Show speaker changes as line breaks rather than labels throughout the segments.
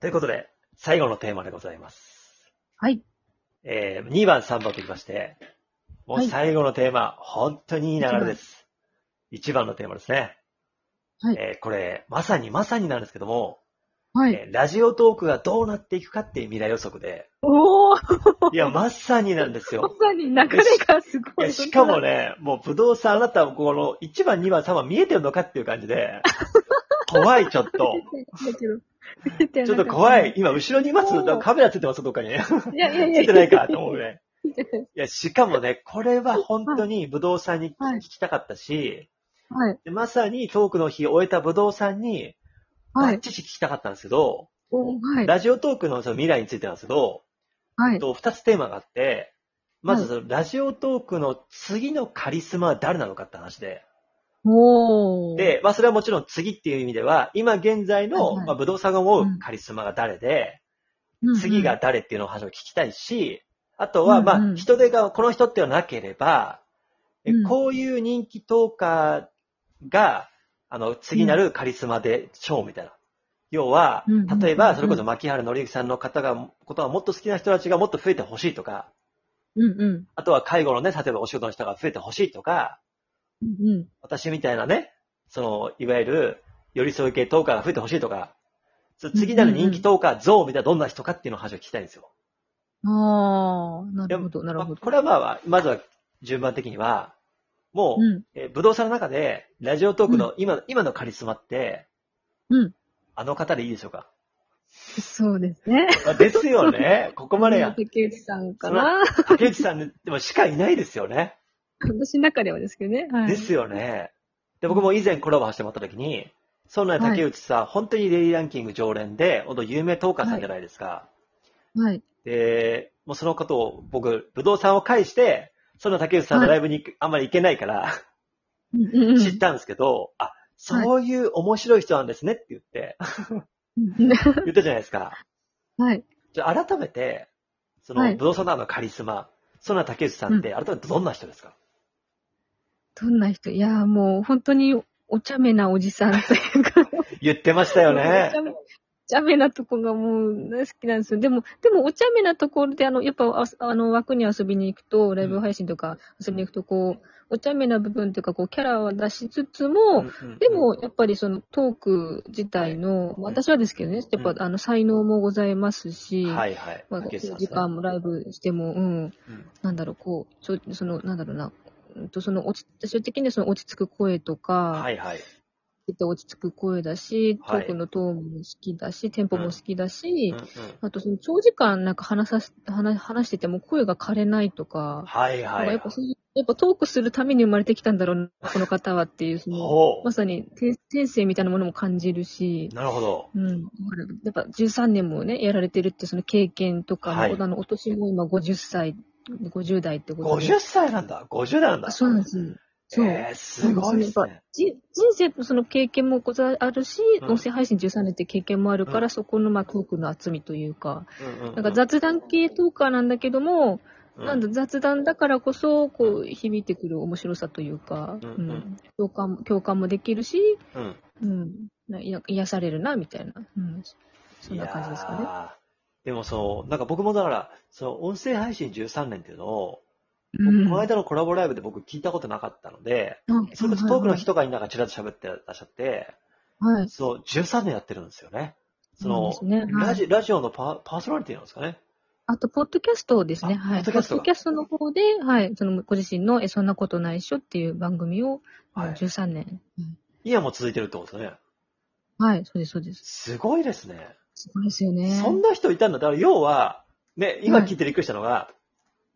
ということで、最後のテーマでございます。
はい。
えー、2番、3番といきまして、もう
はい
最後のテーマ、本当にいい流れです。1番のテーマですね。
はい
えーこれ、まさにまさになんですけども、
はい。
えーラジオトークがどうなっていくかっていう未来予測 で、
おお
いや、まさになんです
ま
よ。
さに流れがす
い
ごい。
やしかも。ね、もう武道さん、あなたはこの1番、2番、3番見えてるのかっていう感じ で、怖い、ちょっと。ちょっと怖い。。今、後ろにいます
おー
カメラついてますどっかに。
いやいやい
つ
や。
いてないかと思うね。
見てない
いや、しかもね、これは本当に武道さんに
はい
聞きたかったし、
はい。
でまさにトークの日を終えた武道さんに、バ
は
ッ
い。
チシ聞きたかったんですけど、
おーはい。
ラジオトークのその未来についてなんですけど、
はい。
と2つテーマがあって、まず
はい
そのラジオトークの次のカリスマは誰なのかって話で、
おー。、
で、まあそれはもちろん次っていう意味では、今現在
は
の、
いはい
まあ、武道さんが思うカリスマが誰で、次が。誰っていうのを話を聞きたいし、あとは、
うん
ま
う
あ、
ん
人手がこの人っていうのはなければ、え
うん
こういう人気トーカーが、あの、次なるカリスマでしょうみたいな。要は
うんうん、
例え
う
ば、
ん
それこそ牧原紀之さんの方が、ことはもっと好きな人たちがもっと増えてほしいとか、
うんう
あとは介護のね、例えばお仕事の人が増えてほしいとか、
ん。うんうん。
私みたいなね、その、いわゆる、寄り添い系トーカーが増えてほしいとか、そ次なる人気トーカー像みたいなどんな人かっていうのを話を聞きたいんですよ。
ああ、なるほど、なる
まあ
ほど。
これはまあ、まずは順番的には、もう、
うん。
えー武道さんの中で、ラジオトークの今、今のカリスマって、
うん。
あの方でいいでしょうか。
そうですね。
まあですよ ね。ここまでが、
竹内さんかな。
竹内さんでもしかいないですよね。
私の中ではですけどね。はい。
ですよね。で、僕も以前コラボしてもらった時に、そんな竹内さん、本当にレイランキング常連で、本当有名トーカーさんじゃないですか。
はい。
で、もうそのことを僕、武道さんを介して、そんな竹内さんのライブにあんまり行けないから、
うんうんうん
知ったんですけど、あ、そういう面白い人なんですねって言って、
うんうん
言ったじゃないですか。
はい。
じゃあ改めて、そ
は
の、
い
武道さんのカリスマ、そんな竹内さんって改めてどんな人ですか、
どんな人いやー、もう本当にお茶目なおじさんというか。
言ってましたよ
お
ね
茶。目お茶目なとこがもう大好きなんですよ。でも、でもお茶目なところで、あの、やっぱ、ああの、枠に遊びに行くと、ライブ配信とか遊びに行くと、こう、お茶目な部分というか、こう、キャラは出しつつも、
うんうん
でも、やっぱりそのトーク自体の、まあ私はですけどね、やっぱ、
うん
あの、才能もございますし、
はいはい。
まあ、
竹内さんで
時
すね
間もライブしても、うん、
うん
なんだろう、こう、ちょその、なんだろうな、うんとその落ち私的にはその落ち着く声とか、
はいはい。
って落ち着く声だし、ト
はい
ークのトーンも好きだし、テンポも好きだし、
うんうん
あとその長時間なんか話さす話話してても声が枯れないとか、
はい
な
は
ん
いは
かや
い
っ。ぱそういうやっぱトークするために生まれてきたんだろうな、この方はっていう、その
ほ
まさに天天性みたいなものも感じるし
う。、なるほど。
うん、だからやっぱ13年もね、やられてるって、その経験とかの、
はい
あのお年も今50歳、50代ってことで。
50歳なんだ。50代なんだ。
そうなんですよ。そう。
えー、すごいですね。
じ人生のその経験もござあるし、
うん
音声配信13年って経験もあるか
う
ら、
ん
そこのまあトークの厚みというか、
な
なんか雑談系トーカーなんだけども、なんだ雑談だからこそ、こう、響いてくる面白さというか、
う
うんん
うん
共感も、共感もできるし、
うん。
うん、ないや癒されるな、みたいな、うん、そんな感じです
い
か
やーでもそう、なんか僕もだから、その音声配信13年っていうのを、
ね。うん
この間のコラボライブで僕聞いたことなかったので、
あ
それこそトークの人がなんかちらっと喋ってらっしゃって、
はい。
そう、13年やってるんですよね。その、
そうですねはい
ラジラジオのパパーソナリティなんですかね。
あと、ポッドキャストですね。
あ
はい。
ポ
ポ
ッドキャ
ッ
ストが
ドキャストの方で、はい。その、ご自身の、え、そんなことないっしょっていう番組を、
はい
もう13年。
今も続いてるってことね。
うんはい、そうです、そうです。
すごいですね。
すごいですよね。
そんな人いたんだ。だから要は、ね、今聞いてびっくりしたのが、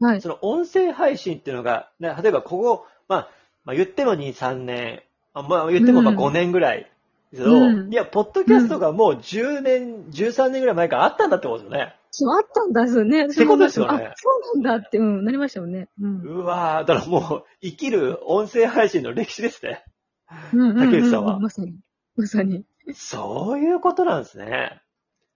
はい。
その音声配信っていうのが、ね、例えばここ、まあ、まあ、言っても2、3年、あまあ、言ってもまあ
うん
5年ぐらいですけど、
うん
いや、ポッドキャストがもう10年、13年ぐらい前からあったんだってことですよね。
そう、あったんだ、そうね。
てことですよね
あ、そうなんだって、うん、なりましたよね。うん。
うわーだからもう、生きる音声配信の歴史ですね。
うん
竹内さんは
ううまさに。まさに。
そういうことなんですね。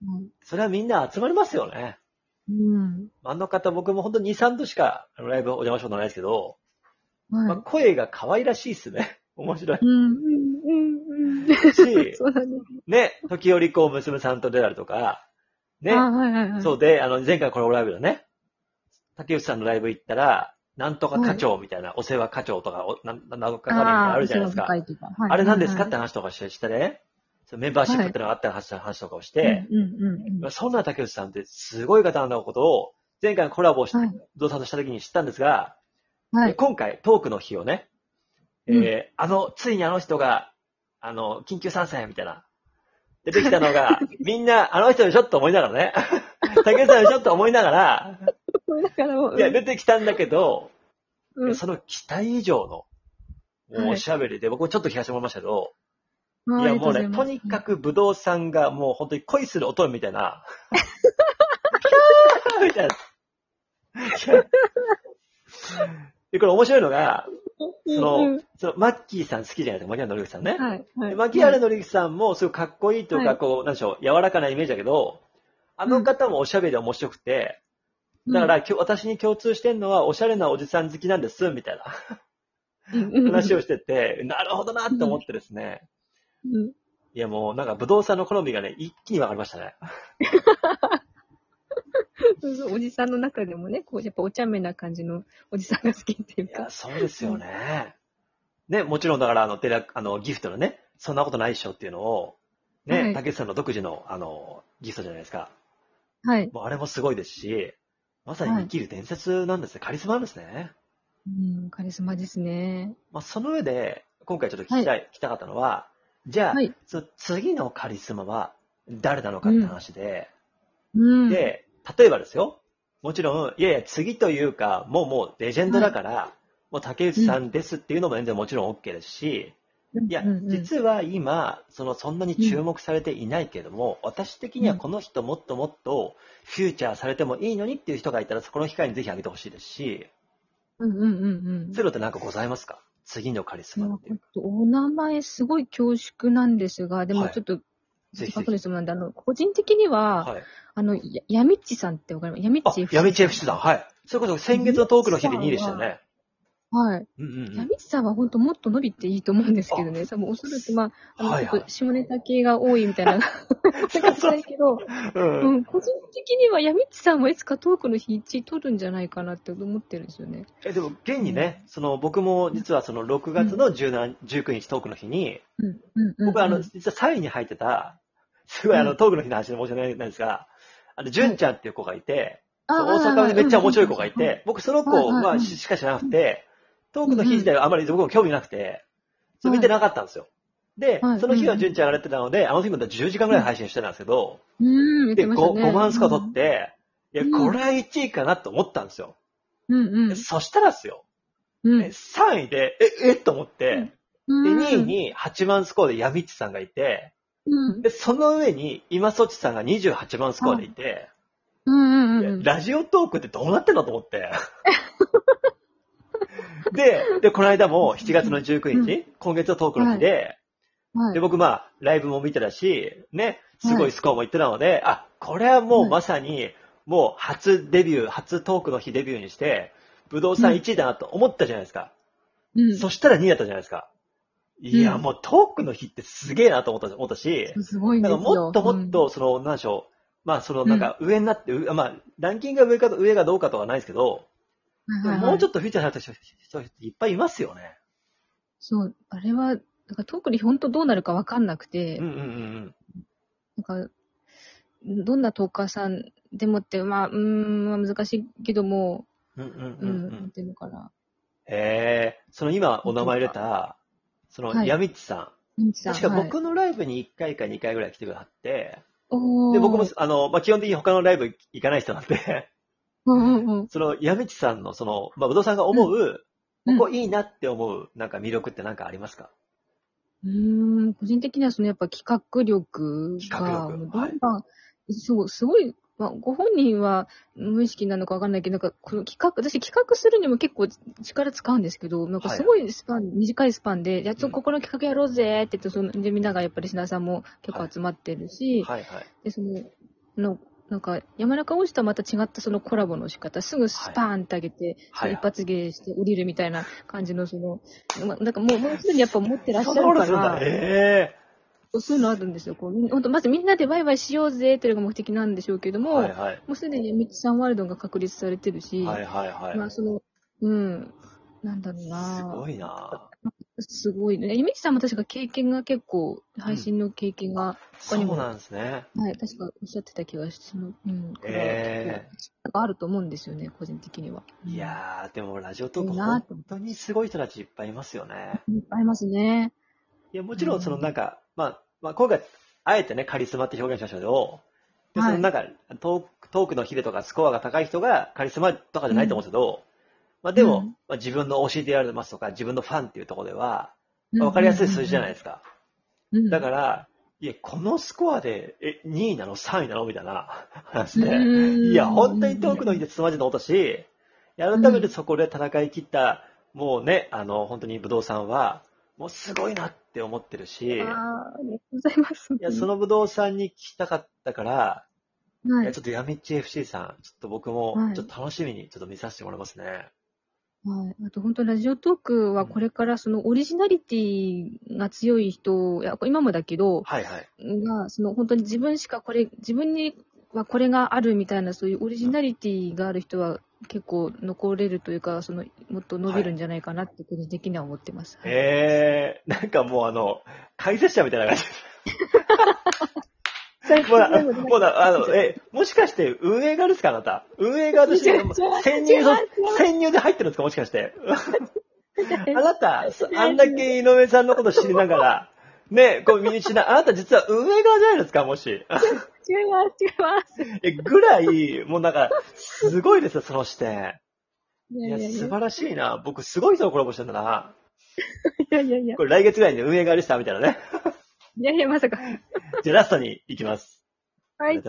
うん
それはみんな集まりますよね。
うん。
あの方、僕も本当2、3度しかあのライブお邪魔したことないですけど、まあ、
はい。
声が可愛らしいですね。面白い
うん、うん、うん、うん。
し、
そうだね。
ね、時折こう娘さんと出たりとか、で、
あはいはいはい。
そうで、あの、前回のコラボライブだね。竹内さんのライブ行ったら、なんとか課長みたいな、お世話課長とか、おなんなんとか課長みたいなのあるじゃないですか。
あですか。はい
あれ何ですかって
はい
話とかしてしてね、そのメンバーシップってのがあった話話とかをして、
はいうんうんうん。
そんな竹内さんってすごい方なんだことを、前回のコラボをし、
はい
動作とした時に知ったんですが、
は
え
い。
今回トークの日をね、えー
う
あの、ついにあの人が、あの、緊急参戦みたいな、出てきたの が、みんな、あの人でしょと思いながらね、竹内さんでしょと思いながら、
だからもう、
いや、出てきたんだけど、
うん
その期待以上の、もうおしゃべりで、僕もちょっと気がしてもらいましたけど、
あ
い
あ
や
りが
もう
ござ
ね、と
ます
にかくぶどうさんがもう本当に恋する乙女みたいな。 キャーみたいな。で、これ面白いのが、その、
うんうん
そのマッキーさん好きじゃないですか、マキアのりさんね。
はい。は
で
い。
マキアのりさんもすごいかっこいいというか、
はい
こう、なんでしょう、柔らかなイメージだけど、あの方もおしゃべりで面白くて、だから、きょ私に共通してるのは、おしゃれなおじさん好きなんです、みたいな話を
し
してて、なるほどなって思ってですね。
うん
いやもうなんかブドウさんの好みがね、一気に分かりましたね。
そうそうおじさんの中でもね、こう、やっぱお茶目な感じのおじさんが好きっていう
いや、
か。
そうですよね。ね、もちろんだからあの、テラ、あの、ギフトのね、そんなことないっしょっていうのを、ね、
はい
竹内さんの独自の、あの、ギフトじゃないですか。
はい。
もうあれもすごいですし、まさ
は
に
い
生きる伝説なんですね。カリスマなんですね。
うん、カリスマですね。
まあ、その上で、今回ちょっと聞きたい、聞きたかったのは、じゃあ、
はい
その次のカリスマは誰なのかって話で、
うん。
で、例えばですよ。もちろん、いやいや、次というか、もうもうレジェンドだから、もう竹内さんですっていうのも全然もちろん OK ですし、
うん、
いや、
うん
実は今、そのそんなに注目されていないけども、私的にはこの人もっともっとフューチャーされてもいいのにっていう人がいたら、そこの機会にぜひあげてほしいですし、
うんうんうんうん。
ゼロってなんかございますか次のカリス
いや
マ
ほ
っていうん
とお名前すごい恐縮なんですが、でも
はい
ちょっと、
ぜひ
パ
ぜ
クリ
ひ。
スマなんで、あの、個人的には、
はい。
あの、ややみっちさんってわかりますやみっ
あ
ち、
やめ
ち
ちゃ FC さん。はい。それこそ先月のトークの日で2位でしたよね。
はい。
うんうんう
や
ん。
みっちさんは本当もっと伸びていいと思うんですけどね。多分おそらく、まあ、あの、
はいはい
ちょっと下ネタ系が多いみ た いな、感じだけど、
うん
うん、個人的にはやみっちさんもいつかトークの日1位取るんじゃないかなって思ってるんですよね。
え、でも、現にね、その、僕も実はその6月の17 19日トークの日に、
うん、うん、うん。
僕はあ
う
の、
ん
実は3位に入ってた、すごいあの、トークの日の話で申し訳ないんですが、あの、純ちゃんっていう子がいて、
あ
そう大阪でめっちゃ面白い子がいて、僕その子
はいはいはい
はししか知らなくて、トークの日自体はあまり僕も興味なくて、そう見てなかったんですよ。で
は、い
その日は純ちゃんやられてたので、あの日も10時間ぐらい配信してたんですけど、
うんうんうん、言っ
で、
て
5,
ましたね
5万スコア取っ。て、いや、
うん
これは1位かなと思ったんですよ。
うん、うん
でそしたらですよ、
うん。
え3位で、え、えっと思って、で、
うん
2位、に8万スコアでヤミッチさんがいて、
うん。
で、その上に今そちさんが28万スコアでいて、
うんうんうんうん。
いやラジオトークってどうなってんだと思 って。で、で、この間も7月の19日、今月のトークの日で、
はい
で、僕まあ、ライブも見てたし、ね、すごいスコアも行ってたので、あ、これはもうまさに、もう初デビュー、初トークの日デビューにして、武道さん1位だなと思ったじゃないですか。
うん
そしたら2位だったじゃないですか。いや、
うん
もうトークの日ってすげえなと思った思ったし、
すごいんで
な
す
んか
よ。
もっともっと、その、なんでしょう、まあ、その、なんか上になって、うまあ、ランキングが上か上がどうかとかないですけど、
うん、
でももうちょっとフィーチャーされた人人人いっぱいいますよね。
そう、あれは、なんか特に本当どうなるかわかんなくて、
うんうんうん
なんか、どんなトーカーさんでもって、まあ、うーん、まあ難しいけども、
うん。うんうん
う、
うんんう
なん
ん。
ていうのかな。
へえ、その今お名前入れた、その、
はい
やみっちさ
ミンチ
ん。
さん。
確か
はい
僕のライブに1回か2回ぐらい来てくださって、
おー
で、僕も、あの、まあ、基本的に他のライブ行かない人なんで、
うんうんうん。
その、やみっちさんの、その、まあ、ぶどうさんが思う、
うん
ここいいなって思う、なんか魅力ってなんかありますか
うーん、個人的にはそのやっぱ企画力が、
企画力
もうバンバン、そう、すごい、まあ、ご本人は無意識なのかわかんないけど、なんかこの企画、私企画するにも結構力使うんですけど、なんか
はい
すごいスパン、短いスパンで、やっ
う
と
ん
ここの企画やろうぜって言って、その、で、みんながやっぱり品さんも結構集まってるし、
はいはい。
で、その、の、なんか、山中王子とはまた違ったそのコラボの仕方、すぐスパーンって上げて、
はいはい
一発芸して降りるみたいな感じの、その、まなんかもう、もうすでにやっぱ持ってらっしゃ
そんなこと
るか
するんだ
ら、
ね。ええ
そうそういうのあるんですよ。こう、本当まずみんなでワイワイしようぜっていうのが目的なんでしょうけども、
はいはい。
もうすでにミッチさんワールドが確立されてるし、
はいはいはい。
まあその、うん、なんだろうな
すごいな
すごいね。ゆみちさんも確か経験が結構、配信の経験が、
そ
にも
うなんですね。
はい、確かおっしゃってた気がします。うん、これは
え
結構なんかあると思うんですよね、個人的には。
えいやー、でもラジオトーク
いいな
本当にすごい人たちいっぱいいますよね。
うん。いっぱいいますね。
いや、もちろ
うん
んそのなんか、まあ、まあ今回、あえてね、カリスマって表現しましたけど、で
はい
そのなんか、トーク、トークのヒデとかスコアが高い人がカリスマとかじゃないと思うんですけど、まあでも、
うん
まあ、自分の教えてやりますとか、自分のファンっていうところでは、わかりやすい数字じゃないですか。
うん。、
だからら、いや、このスコアで、え、2位なの ?3 位なのみたいな話で。
い
いや、本当にトークの日でつまじいのことし、改めてそこで戦い切った、もうね、あの、本当に武道さんは、もうすごいなって思ってるし、い
ああ、ありがとうございます。い
や、そ、の武道さんに聞きたかったから、い
は
や、
い。
ちょっとやみっち FC さん、ちょっと僕も
はい、
ちょっと楽しみに、ちょっと見させてもらいますね。
はい、あと本当ラジオトークはこれからそのオリジナリティが強い人、いや今もだけど、
はいはい。
が、その本当に自分しかこれ、自分にはこれがあるみたいな、そういうオリジナリティがある人は結構残れるというか、そのもっと伸びるんじゃないかなって、個人的には思ってます。はい
えー、なんかもうあの、解説者みたいな感じ
最近
もう
で
な、
も
もう な、あの、え、もしかして運営側ですかあなた。運営側として
違う違う、
潜入の
違う違う、
潜入で入ってるんですかもしかして。あ
ね
なた、そあんだけ井上さんのこと知りなが ら、ね、こう身にしな、あなた実は運営側じゃないですかもし。
違います、違います。
え、ぐらい、もうなんか、すごいですよ、その視点。
い
い
や
や、
いやい
素晴らしいな。僕、すごい人とコラボしてんだな。
や、いやいや、
これ来月ぐらいに運営側でした、みたいなね。
いやいや、まさか。
じゃあラストに行きます。
はい。